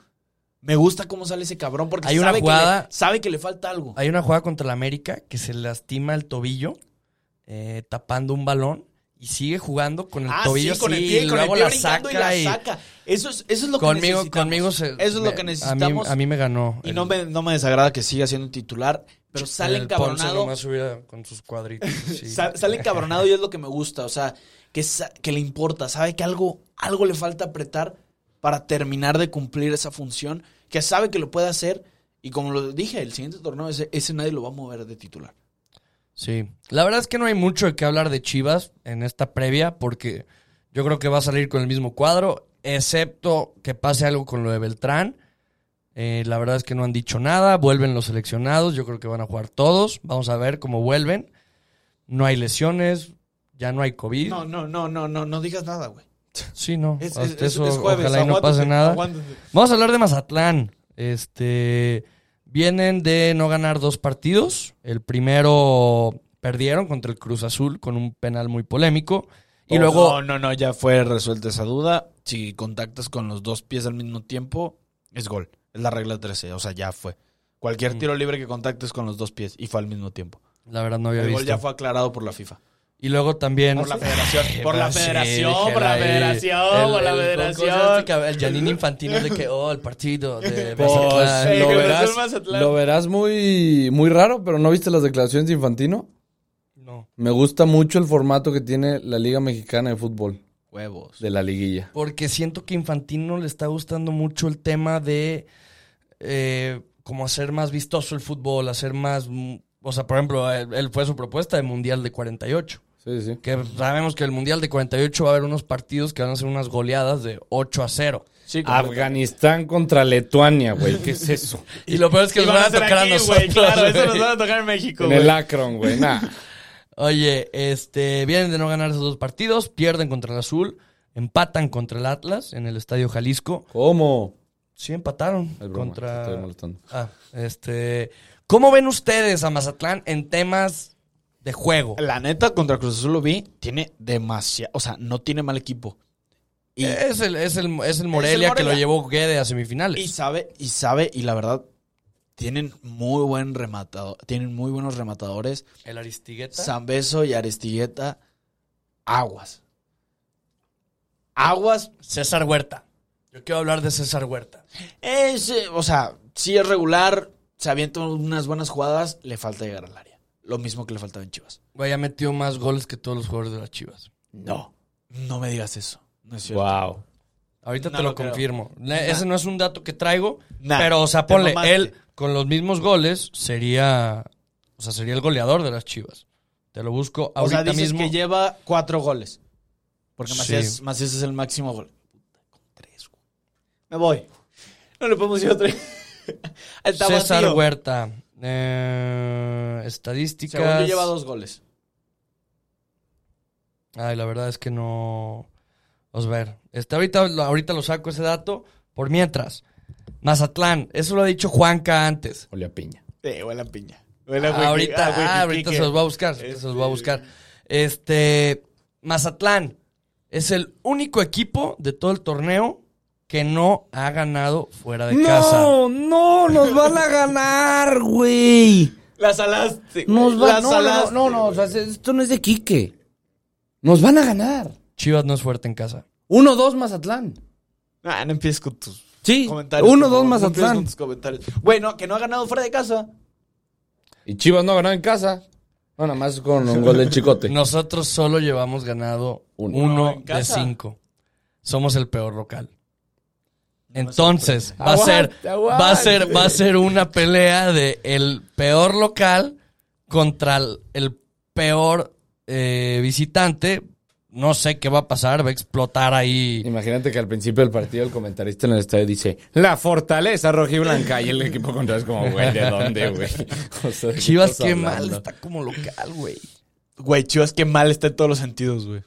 [SPEAKER 2] Me gusta cómo sale ese cabrón porque
[SPEAKER 3] Hay una
[SPEAKER 2] sabe,
[SPEAKER 3] jugada-
[SPEAKER 2] que le, sabe que le falta algo.
[SPEAKER 3] Hay una jugada contra el América que se lastima el tobillo eh, tapando un balón y sigue jugando con el
[SPEAKER 2] Ah,
[SPEAKER 3] tobillo
[SPEAKER 2] sí, con el
[SPEAKER 3] así,
[SPEAKER 2] pie,
[SPEAKER 3] y
[SPEAKER 2] con el
[SPEAKER 3] luego
[SPEAKER 2] pie
[SPEAKER 3] la
[SPEAKER 2] brincando
[SPEAKER 3] saca
[SPEAKER 2] y
[SPEAKER 3] y,
[SPEAKER 2] la saca. Eso es, eso es lo que
[SPEAKER 3] conmigo,
[SPEAKER 2] necesitamos.
[SPEAKER 3] conmigo se-
[SPEAKER 2] Eso es lo
[SPEAKER 3] me-
[SPEAKER 2] que
[SPEAKER 3] a mí-
[SPEAKER 2] necesitamos.
[SPEAKER 3] A mí, me ganó.
[SPEAKER 2] Y
[SPEAKER 3] el-
[SPEAKER 2] no me, no me desagrada que siga siendo titular, pero sale
[SPEAKER 3] el Ponce
[SPEAKER 2] encabronado.
[SPEAKER 3] nomás hubiera con
[SPEAKER 2] (laughs)
[SPEAKER 3] sus cuadritos. así.
[SPEAKER 2] Sa- Sale encabronado y es lo que me gusta. O sea, que, sa- que le importa. Sabe que algo, algo le falta apretar para terminar de cumplir esa función. Que sabe que lo puede hacer. Y como lo dije, el siguiente torneo, ese, ese nadie lo va a mover de titular.
[SPEAKER 3] Sí. La verdad es que no hay mucho de qué hablar de Chivas en esta previa porque yo creo que va a salir con el mismo cuadro, excepto que pase algo con lo de Beltrán. Eh, la verdad es que no han dicho nada, vuelven los seleccionados, yo creo que van a jugar todos, vamos a ver cómo vuelven. No hay lesiones, ya no hay COVID.
[SPEAKER 2] No, no, no, no, no, no digas nada, güey.
[SPEAKER 3] Sí, no.
[SPEAKER 2] Es,
[SPEAKER 3] hasta
[SPEAKER 2] es- es-
[SPEAKER 3] eso,
[SPEAKER 2] es jueves.
[SPEAKER 3] ojalá y no
[SPEAKER 2] aguántate,
[SPEAKER 3] pase nada.
[SPEAKER 2] aguántate.
[SPEAKER 3] Vamos a hablar de Mazatlán. Este. Vienen de no ganar dos partidos. El primero perdieron contra el Cruz Azul con un penal muy polémico. Y
[SPEAKER 2] Oh,
[SPEAKER 3] luego.
[SPEAKER 2] No, no, no, ya fue resuelta esa duda. Si contactas con los dos pies al mismo tiempo, es gol. Es la regla 13, o sea, ya fue. Cualquier
[SPEAKER 3] Mm.
[SPEAKER 2] tiro libre que contactes con los dos pies y fue al mismo tiempo.
[SPEAKER 3] La verdad no había
[SPEAKER 2] El gol ya
[SPEAKER 3] visto.
[SPEAKER 2] fue aclarado por la FIFA.
[SPEAKER 3] Y luego también.
[SPEAKER 2] Por la federación. Por
[SPEAKER 3] Ah,
[SPEAKER 2] la
[SPEAKER 3] sí,
[SPEAKER 2] federación,
[SPEAKER 3] dije,
[SPEAKER 2] por la
[SPEAKER 3] ahí.
[SPEAKER 2] federación,
[SPEAKER 3] El-
[SPEAKER 2] por la
[SPEAKER 3] el-
[SPEAKER 2] federación.
[SPEAKER 3] este El Janine Infantino de que, oh, el partido de
[SPEAKER 1] Pues,
[SPEAKER 3] Mazatlán.
[SPEAKER 2] Sí,
[SPEAKER 1] lo,
[SPEAKER 2] Cruz
[SPEAKER 1] verás,
[SPEAKER 2] Azul, Mazatlán.
[SPEAKER 1] lo verás muy, muy raro, pero ¿no viste las declaraciones de Infantino?
[SPEAKER 3] No.
[SPEAKER 1] Me gusta mucho el formato que tiene la Liga Mexicana de Fútbol,
[SPEAKER 2] Huevos.
[SPEAKER 1] de la liguilla.
[SPEAKER 3] Porque siento que Infantino le está gustando mucho el tema de eh, como hacer más vistoso el fútbol, hacer más... mm, O sea, por ejemplo, él, él fue su propuesta de Mundial de 48.
[SPEAKER 1] Sí, sí.
[SPEAKER 3] Que sabemos que el Mundial de 48 va a haber unos partidos que van a ser unas goleadas de 8 a 0.
[SPEAKER 1] Afganistán contra Lituania, güey. ¿Qué es eso?
[SPEAKER 3] Y lo peor es que
[SPEAKER 2] Y
[SPEAKER 3] nos
[SPEAKER 2] van
[SPEAKER 3] van a
[SPEAKER 2] hacer
[SPEAKER 3] tocar a
[SPEAKER 2] aquí,
[SPEAKER 3] nosotros.
[SPEAKER 2] güey, Claro, eso nos
[SPEAKER 3] güey.
[SPEAKER 2] van a tocar en México,
[SPEAKER 1] en
[SPEAKER 2] güey.
[SPEAKER 1] el Akron, güey. Nah.
[SPEAKER 3] (laughs) Oye, este, vienen de no ganar esos dos partidos, pierden contra el Azul, empatan contra el Atlas en el Estadio Jalisco.
[SPEAKER 1] ¿Cómo?
[SPEAKER 3] Sí, empataron
[SPEAKER 1] Es broma, te
[SPEAKER 3] contra.
[SPEAKER 1] estoy molestando.
[SPEAKER 3] Ah, este. ¿Cómo ven ustedes a Mazatlán en temas de juego?
[SPEAKER 2] La neta, contra Cruz Azul lo vi, tiene demasiado. O sea, no tiene mal equipo. Y,
[SPEAKER 3] Es el, es, el, es el Morelia que lo
[SPEAKER 2] Morelia.
[SPEAKER 3] llevó Guede a
[SPEAKER 2] y
[SPEAKER 3] semifinales.
[SPEAKER 2] sabe, y sabe, y la verdad, tienen muy buen rematador. Tienen muy buenos rematadores.
[SPEAKER 3] El Aristigueta.
[SPEAKER 2] Zambeso y Aristigueta, aguas. Aguas,
[SPEAKER 3] César Huerta. Yo quiero hablar de César Huerta.
[SPEAKER 2] es, eh, o sea, si es regular, se avienta unas buenas jugadas, le falta llegar al área. Lo mismo que le faltaba en Chivas.
[SPEAKER 3] Güey, ha metido más goles que todos los jugadores de las Chivas.
[SPEAKER 2] No. No me digas eso. No es cierto.
[SPEAKER 1] Wow.
[SPEAKER 3] Ahorita
[SPEAKER 2] No
[SPEAKER 3] te lo,
[SPEAKER 2] lo creo.
[SPEAKER 3] confirmo. Ne- Ese no es un dato que traigo,
[SPEAKER 2] Nah,
[SPEAKER 3] pero, o sea,
[SPEAKER 2] te
[SPEAKER 3] ponle,
[SPEAKER 2] mamaste.
[SPEAKER 3] él con los mismos goles sería, o sea, sería el goleador de las Chivas. Te lo busco
[SPEAKER 2] O
[SPEAKER 3] ahorita
[SPEAKER 2] sea, dices
[SPEAKER 3] mismo.
[SPEAKER 2] que lleva cuatro goles. Porque
[SPEAKER 3] Sí.
[SPEAKER 2] Macías, Macías es el máximo gol. Puta, Con tres, güey. Me voy. No le podemos ir a (laughs) tres. El Tabatío.
[SPEAKER 3] César Huerta. Eh, estadísticas.
[SPEAKER 2] Según yo lleva dos goles.
[SPEAKER 3] Ay, la verdad es que no. Vamos a ver. Este, ahorita, lo- ahorita lo saco ese dato. Por mientras, Mazatlán. Eso lo ha dicho Juanca antes.
[SPEAKER 1] Olía a piña.
[SPEAKER 2] Eh, huele a piña. Huele a
[SPEAKER 3] Ah,
[SPEAKER 2] güey-
[SPEAKER 3] ahorita,
[SPEAKER 2] a güey-
[SPEAKER 3] ah, ahorita
[SPEAKER 2] Quique.
[SPEAKER 3] se los voy a buscar. ahorita se los voy a buscar. Este. Mazatlán es el único equipo de todo el torneo que no ha ganado fuera de casa.
[SPEAKER 1] no, nos van a ganar, güey.
[SPEAKER 2] La salaste. güey.
[SPEAKER 1] Nos
[SPEAKER 2] La
[SPEAKER 1] van no, no,
[SPEAKER 2] salaste,
[SPEAKER 1] no, no, o sea, esto no es de Quique. Nos van a ganar.
[SPEAKER 3] Chivas no es fuerte en casa.
[SPEAKER 1] 1-2 Mazatlán.
[SPEAKER 2] Ah, no empieces con tus
[SPEAKER 1] Sí,
[SPEAKER 2] comentarios.
[SPEAKER 1] 1-2
[SPEAKER 2] por favor. No empieces
[SPEAKER 1] Mazatlán.
[SPEAKER 2] con tus comentarios. Bueno, que no ha ganado fuera de casa.
[SPEAKER 1] Y Chivas no ganó en casa. No, nada más con un gol de chicote.
[SPEAKER 3] Nosotros solo llevamos ganado
[SPEAKER 1] Uno.
[SPEAKER 3] uno
[SPEAKER 2] en
[SPEAKER 3] de
[SPEAKER 2] casa.
[SPEAKER 3] cinco. Somos el peor local. Entonces, va a ser,
[SPEAKER 1] Aguante,
[SPEAKER 3] va a ser, va a ser una pelea de el peor local contra el, el peor eh, visitante. No sé qué va a pasar, va a explotar ahí.
[SPEAKER 1] Imagínate que al principio del partido el comentarista en el estadio dice La fortaleza rojiblanca y el equipo contra es como, güey, ¿de dónde, güey? (laughs) O sea, ¿de qué
[SPEAKER 3] Chivas,
[SPEAKER 1] estás
[SPEAKER 3] qué
[SPEAKER 1] hablando?
[SPEAKER 3] mal, está como local, güey.
[SPEAKER 2] Güey, Chivas, qué mal está en todos los sentidos, güey.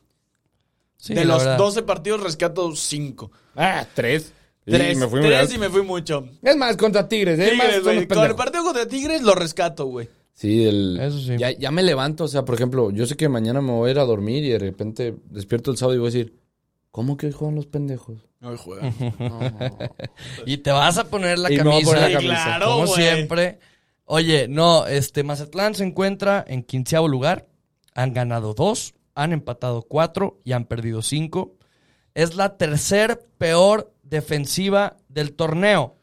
[SPEAKER 3] Sí,
[SPEAKER 2] de
[SPEAKER 3] la
[SPEAKER 2] los
[SPEAKER 3] verdad.
[SPEAKER 2] 12 partidos, rescato 5.
[SPEAKER 1] Ah, tres.
[SPEAKER 2] Tres,
[SPEAKER 1] Y me fui muy
[SPEAKER 2] tres
[SPEAKER 1] alto.
[SPEAKER 2] y me fui mucho.
[SPEAKER 1] Es más, contra Tigres. Es más,
[SPEAKER 2] Tigres,
[SPEAKER 1] son los
[SPEAKER 2] güey. Con el
[SPEAKER 1] pendejos.
[SPEAKER 2] partido contra Tigres lo rescato, güey.
[SPEAKER 1] Sí, el,
[SPEAKER 3] Eso sí.
[SPEAKER 1] Ya, ya me levanto, o sea, por ejemplo, yo sé que mañana me voy a ir a dormir y de repente despierto el sábado y voy a decir, ¿cómo que hoy juegan los pendejos?
[SPEAKER 2] No juega.
[SPEAKER 3] Y te vas a poner la
[SPEAKER 1] Y me
[SPEAKER 3] camisa.
[SPEAKER 1] voy a poner la
[SPEAKER 2] camisa. Claro,
[SPEAKER 3] como
[SPEAKER 2] güey.
[SPEAKER 3] siempre. Oye, no, este Mazatlán se encuentra en quinceavo lugar. Han ganado dos, han empatado cuatro y han perdido cinco. Es la tercer peor defensiva del torneo.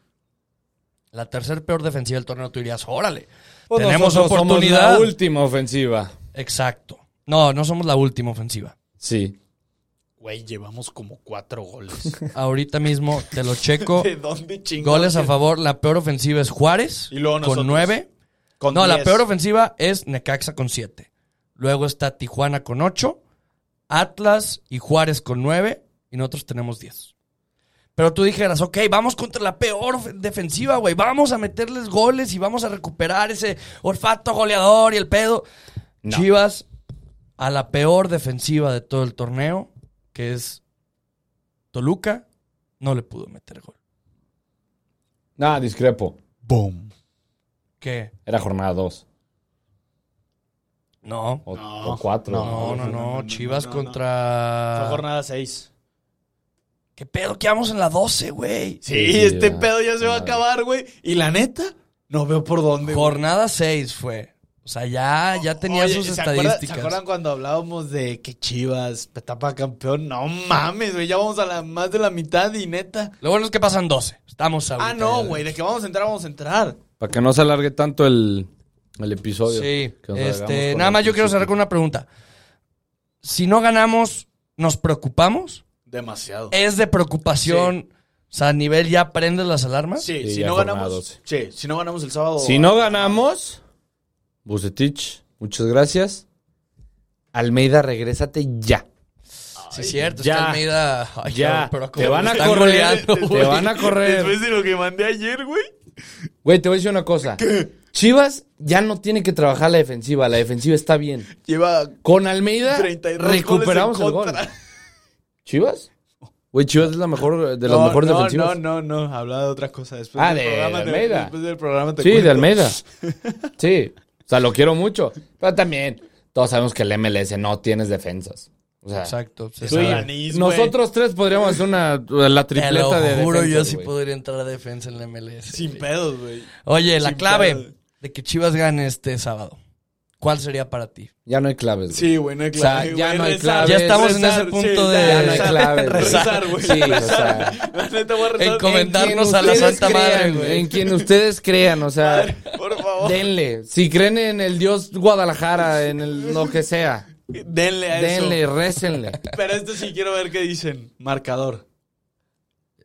[SPEAKER 3] La tercer peor defensiva del torneo. Tú dirías, órale, tenemos oportunidad.
[SPEAKER 1] Pues la última ofensiva.
[SPEAKER 3] Exacto. No, no somos la última ofensiva.
[SPEAKER 1] Sí.
[SPEAKER 2] Güey, llevamos como 4 goles.
[SPEAKER 3] (laughs) Ahorita mismo te
[SPEAKER 2] (laughs)
[SPEAKER 3] lo checo.
[SPEAKER 2] ¿De dónde chingados?
[SPEAKER 3] Goles a favor. La peor ofensiva es Juárez
[SPEAKER 2] Y luego nosotros.
[SPEAKER 3] con nueve.
[SPEAKER 2] Con
[SPEAKER 3] No, la
[SPEAKER 2] 10.
[SPEAKER 3] peor ofensiva es Necaxa con 7. Luego está Tijuana con 8, Atlas y Juárez con 9 y nosotros tenemos 10. Pero tú dijeras, ok, vamos contra la peor of- defensiva, güey. Vamos a meterles goles y vamos a recuperar ese olfato goleador y el pedo.
[SPEAKER 1] No.
[SPEAKER 3] Chivas a la peor defensiva de todo el torneo, que es Toluca, no le pudo meter gol.
[SPEAKER 1] Nada, discrepo.
[SPEAKER 2] Boom.
[SPEAKER 3] ¿Qué?
[SPEAKER 1] Era jornada dos
[SPEAKER 3] No.
[SPEAKER 1] o,
[SPEAKER 2] No,
[SPEAKER 1] o cuatro.
[SPEAKER 3] No, no, no.
[SPEAKER 2] no,
[SPEAKER 3] Chivas
[SPEAKER 2] no, no.
[SPEAKER 3] contra...
[SPEAKER 2] Fue jornada 6.
[SPEAKER 3] ¿Qué pedo? que vamos en la 12, güey?
[SPEAKER 2] Sí,
[SPEAKER 1] Sí, sí,
[SPEAKER 2] este
[SPEAKER 1] ya. Ah.
[SPEAKER 2] pedo ya se va a
[SPEAKER 1] Madre.
[SPEAKER 2] acabar, güey. Y la neta, no veo por dónde. güey.
[SPEAKER 3] Jornada 6 fue. O sea, ya, ya tenía
[SPEAKER 2] Oye,
[SPEAKER 3] sus
[SPEAKER 2] ¿se acuerdan-
[SPEAKER 3] estadísticas.
[SPEAKER 2] ¿Se acuerdan cuando hablábamos de que Chivas etapa campeón? No mames, güey. Ya vamos a la, más de la mitad y neta.
[SPEAKER 3] Lo bueno es que pasan 12. Estamos ahorita
[SPEAKER 2] Ah, no,
[SPEAKER 3] ya-
[SPEAKER 2] güey. De que vamos a entrar, vamos a entrar.
[SPEAKER 1] Para que no se alargue tanto el, el episodio.
[SPEAKER 3] Sí.
[SPEAKER 1] Que nos alargamos
[SPEAKER 3] Este,
[SPEAKER 1] con
[SPEAKER 3] nada
[SPEAKER 1] el
[SPEAKER 3] más yo quiero cerrar con una pregunta. Si no ganamos, ¿nos preocupamos?
[SPEAKER 2] Demasiado.
[SPEAKER 3] ¿Es de preocupación? O sea, a nivel ya prendes las alarmas.
[SPEAKER 2] Sí,
[SPEAKER 1] Sí,
[SPEAKER 2] si
[SPEAKER 1] ya
[SPEAKER 2] no
[SPEAKER 1] jornada
[SPEAKER 2] ganamos.
[SPEAKER 1] 12.
[SPEAKER 2] Sí, si no ganamos el sábado.
[SPEAKER 1] Si no ganamos, Bucetich, muchas gracias. Almeida, regrésate ya.
[SPEAKER 3] Sí, es cierto.
[SPEAKER 1] ya.
[SPEAKER 3] es que Almeida. Ay,
[SPEAKER 1] Ya.
[SPEAKER 3] cabrón, pero como
[SPEAKER 1] Te van
[SPEAKER 3] lo
[SPEAKER 1] a
[SPEAKER 3] están
[SPEAKER 1] correr,
[SPEAKER 3] goleando,
[SPEAKER 1] te
[SPEAKER 3] güey.
[SPEAKER 1] van a correr.
[SPEAKER 2] (laughs) Después de lo que mandé ayer, güey.
[SPEAKER 1] Güey, te voy a decir una cosa. Chivas ya no tiene que trabajar la defensiva. La defensiva está bien.
[SPEAKER 2] Lleva
[SPEAKER 1] Con Almeida
[SPEAKER 2] 32
[SPEAKER 1] recuperamos
[SPEAKER 2] goles en
[SPEAKER 1] el gol.
[SPEAKER 2] contra.
[SPEAKER 1] ¿Chivas? Güey, Chivas es la mejor, de las
[SPEAKER 2] No,
[SPEAKER 1] mejores
[SPEAKER 2] no,
[SPEAKER 1] defensivas.
[SPEAKER 2] No, no, no. Hablaba de otras cosas. Después
[SPEAKER 1] Ah,
[SPEAKER 2] del
[SPEAKER 1] de
[SPEAKER 2] programa te-
[SPEAKER 1] Almeida.
[SPEAKER 2] después del programa te
[SPEAKER 1] Sí, de
[SPEAKER 2] cuento. (laughs)
[SPEAKER 1] Almeida. Sí. O sea, lo quiero mucho. Pero también, todos sabemos que el MLS no tienes defensas. O sea,
[SPEAKER 3] Exacto. se
[SPEAKER 2] Tú y
[SPEAKER 3] sabe.
[SPEAKER 2] Anís, güey.
[SPEAKER 1] nosotros tres podríamos hacer una, la
[SPEAKER 3] Te
[SPEAKER 1] tripleta
[SPEAKER 3] lo
[SPEAKER 1] de
[SPEAKER 3] juro,
[SPEAKER 1] defensas,
[SPEAKER 3] yo sí
[SPEAKER 1] güey.
[SPEAKER 3] podría entrar a defensa en la MLS.
[SPEAKER 2] Sin
[SPEAKER 3] güey.
[SPEAKER 2] pedos, güey.
[SPEAKER 3] Oye, la
[SPEAKER 2] Sin
[SPEAKER 3] clave
[SPEAKER 2] pedo.
[SPEAKER 3] de que Chivas gane este sábado. ¿Cuál sería para ti?
[SPEAKER 1] Ya no hay claves, güey.
[SPEAKER 2] Sí, güey, no hay
[SPEAKER 1] sea,
[SPEAKER 2] clave.
[SPEAKER 1] ya
[SPEAKER 2] güey,
[SPEAKER 1] no hay
[SPEAKER 2] rezar,
[SPEAKER 1] clave. Ya
[SPEAKER 3] estamos en ese punto de-
[SPEAKER 1] Ya no hay
[SPEAKER 2] rezar,
[SPEAKER 1] clave, güey.
[SPEAKER 2] eh, Rezar, güey.
[SPEAKER 1] Sí, o sea.
[SPEAKER 2] Rezar. La neta voy a rezar.
[SPEAKER 3] Encomendar-
[SPEAKER 1] quien
[SPEAKER 3] Darnos a la
[SPEAKER 1] ustedes
[SPEAKER 3] Santa Madre,
[SPEAKER 1] crean,
[SPEAKER 3] güey.
[SPEAKER 1] En quien ustedes crean, o sea,
[SPEAKER 2] Por favor.
[SPEAKER 1] denle. Si creen en el dios Guadalajara, en el, lo que sea,
[SPEAKER 2] denle a eso.
[SPEAKER 1] denle, récenle.
[SPEAKER 2] Pero esto sí quiero ver qué dicen. Marcador.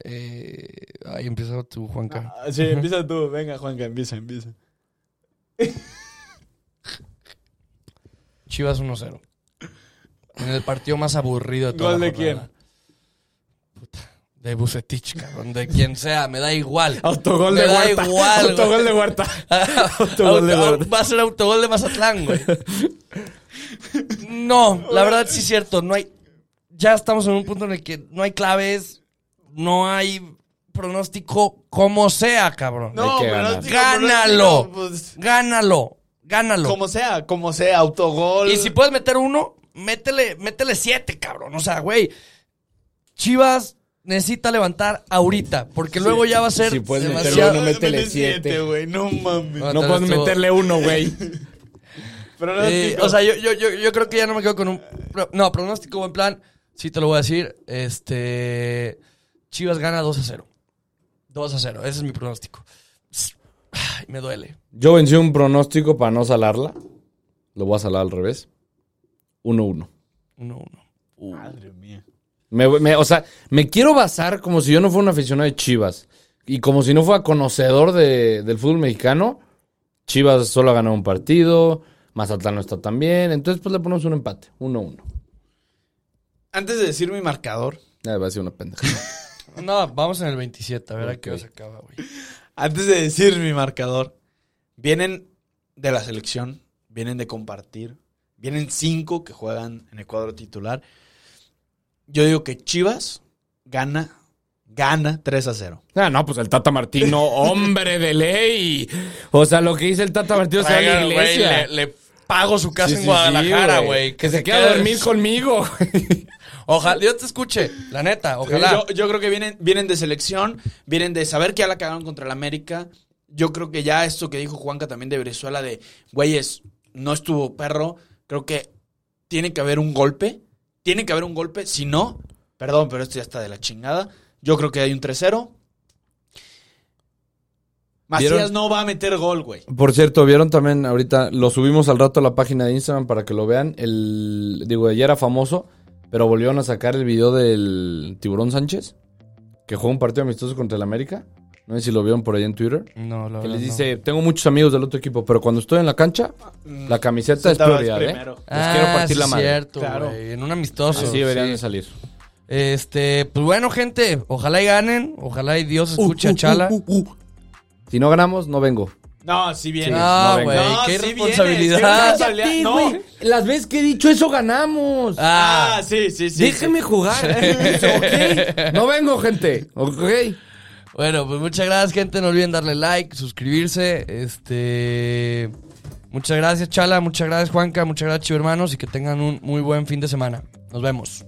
[SPEAKER 3] Eh, ahí empieza tú, Juanca.
[SPEAKER 2] Ah, Sí, empieza tú. Venga, Juanca, empieza, empieza.
[SPEAKER 3] Chivas 1-0. En el partido más aburrido de toda
[SPEAKER 2] ¿Gol
[SPEAKER 3] la
[SPEAKER 2] de quién?
[SPEAKER 3] jornada. Puta, de Bucetich, cabrón. De quien sea, me
[SPEAKER 2] (laughs)
[SPEAKER 3] da igual.
[SPEAKER 1] Autogol
[SPEAKER 3] Me da igual, güey.
[SPEAKER 1] (laughs) Autogol de Huerta. Autogol de
[SPEAKER 3] Auto-
[SPEAKER 1] Huerta.
[SPEAKER 3] va a ser autogol de Mazatlán, güey. No, la verdad sí es cierto. No hay. Ya estamos en un punto en el que no hay claves, no hay pronóstico, como sea, cabrón.
[SPEAKER 1] Hay que ganar.
[SPEAKER 2] digo,
[SPEAKER 3] Gánalo.
[SPEAKER 2] no, pues,
[SPEAKER 3] Gánalo. Gánalo.
[SPEAKER 2] como sea, como sea, autogol.
[SPEAKER 3] Y si puedes meter uno, métele, métele siete, cabrón. O sea, güey. Chivas necesita levantar ahorita, porque luego ya va a ser
[SPEAKER 1] Si puedes meter
[SPEAKER 3] demasiado.
[SPEAKER 1] uno, métele
[SPEAKER 2] Métele siete,
[SPEAKER 1] siete. Ah,
[SPEAKER 2] güey. No mames.
[SPEAKER 3] No,
[SPEAKER 1] No
[SPEAKER 3] tal
[SPEAKER 1] puedes
[SPEAKER 3] vez tuvo-
[SPEAKER 1] meterle uno, güey.
[SPEAKER 2] Pero
[SPEAKER 3] Eh, o sea, yo, yo, yo, yo creo que ya no me quedo con un. pro- No, pronóstico buen plan. Sí, te lo voy a decir. Este. Chivas gana 2 a 0. 2 a 0. Ese es mi pronóstico. Ay, me duele.
[SPEAKER 1] (laughs) Yo vencí un pronóstico para no salarla. Lo voy a salar al revés. 1-1.
[SPEAKER 3] 1 1.
[SPEAKER 2] madre
[SPEAKER 1] uh.
[SPEAKER 2] mía.
[SPEAKER 1] Me- me- o sea, me quiero basar como si yo no fuera un aficionado de Chivas. Y como si no fuera conocedor de- del fútbol mexicano. Chivas solo ha ganado un partido. Mazatlán no está tan bien. Entonces, pues le ponemos un empate. 1-1.
[SPEAKER 2] Antes de decir mi marcador,
[SPEAKER 1] Ah, va a ser una pendeja.
[SPEAKER 3] No, vamos en el 27. A ver a qué
[SPEAKER 1] Ok.
[SPEAKER 3] hora se acaba, güey.
[SPEAKER 2] antes de decir mi marcador, vienen de la selección, vienen de compartir, vienen cinco que juegan en el cuadro titular. Yo digo que Chivas gana, gana 3 a 0.
[SPEAKER 1] (laughs) Ah, no, pues el Tata Martino, hombre de ley. O sea, lo que dice el Tata Martino se va a la
[SPEAKER 3] Traigan, güey,
[SPEAKER 1] iglesia.
[SPEAKER 3] le, le pago su casa
[SPEAKER 1] Sí,
[SPEAKER 3] en
[SPEAKER 1] sí,
[SPEAKER 3] Guadalajara,
[SPEAKER 1] sí,
[SPEAKER 3] güey.
[SPEAKER 1] Que se queda a dormir conmigo.
[SPEAKER 3] Ojalá, Dios te escuche. La neta, ojalá.
[SPEAKER 2] Yo, yo creo que vienen, vienen de selección, vienen de saber que ya la cagaron contra el América. Yo creo que ya esto que dijo Juanca también de Venezuela, de güeyes, no estuvo perro. Creo que tiene que haber un golpe. Tiene que haber un golpe. Si no, perdón, pero esto ya está de la chingada. Yo creo que hay un 3-0. Macías
[SPEAKER 1] ¿Vieron?
[SPEAKER 2] no va a meter gol, güey.
[SPEAKER 1] Por cierto, vieron también ahorita, lo subimos al rato a la página de Instagram para que lo vean. El, digo, ya era famoso, pero volvieron a sacar el video del Tiburón Sánchez, que jugó un partido amistoso contra el América. No sé si lo vieron por ahí en Twitter.
[SPEAKER 3] No, la
[SPEAKER 1] Que
[SPEAKER 3] verdad,
[SPEAKER 1] les
[SPEAKER 3] no.
[SPEAKER 1] dice, tengo muchos amigos del otro equipo, pero cuando estoy en la cancha, la camiseta es
[SPEAKER 2] Estaba
[SPEAKER 1] prioridad, ¿eh?
[SPEAKER 2] primero.
[SPEAKER 1] Les quiero partir
[SPEAKER 3] Ah, sí
[SPEAKER 1] la
[SPEAKER 3] es
[SPEAKER 1] madre.
[SPEAKER 3] cierto,
[SPEAKER 2] Claro.
[SPEAKER 3] güey, En un amistoso.
[SPEAKER 1] Así deberían
[SPEAKER 3] sí.
[SPEAKER 1] de salir.
[SPEAKER 3] Este, pues bueno, gente, ojalá y ganen, ojalá y Dios escuche
[SPEAKER 1] Uh,
[SPEAKER 3] a Chala.
[SPEAKER 1] Si no ganamos, no vengo.
[SPEAKER 2] No, sí viene.
[SPEAKER 3] no,
[SPEAKER 1] no,
[SPEAKER 3] güey,
[SPEAKER 1] venga.
[SPEAKER 3] qué
[SPEAKER 2] No, sí vienes,
[SPEAKER 3] responsabilidad.
[SPEAKER 2] qué responsabilidad. No.
[SPEAKER 1] Las veces que he dicho eso, ganamos.
[SPEAKER 3] Ah,
[SPEAKER 2] Ah, sí, sí, sí.
[SPEAKER 1] Déjenme jugar. ¿Ok? No vengo, gente. Ok.
[SPEAKER 3] bueno, pues muchas gracias, gente, no olviden darle like, suscribirse, este muchas gracias, Chala, muchas gracias, Juanca, muchas gracias, Chivo hermanos y que tengan un muy buen fin de semana. Nos vemos.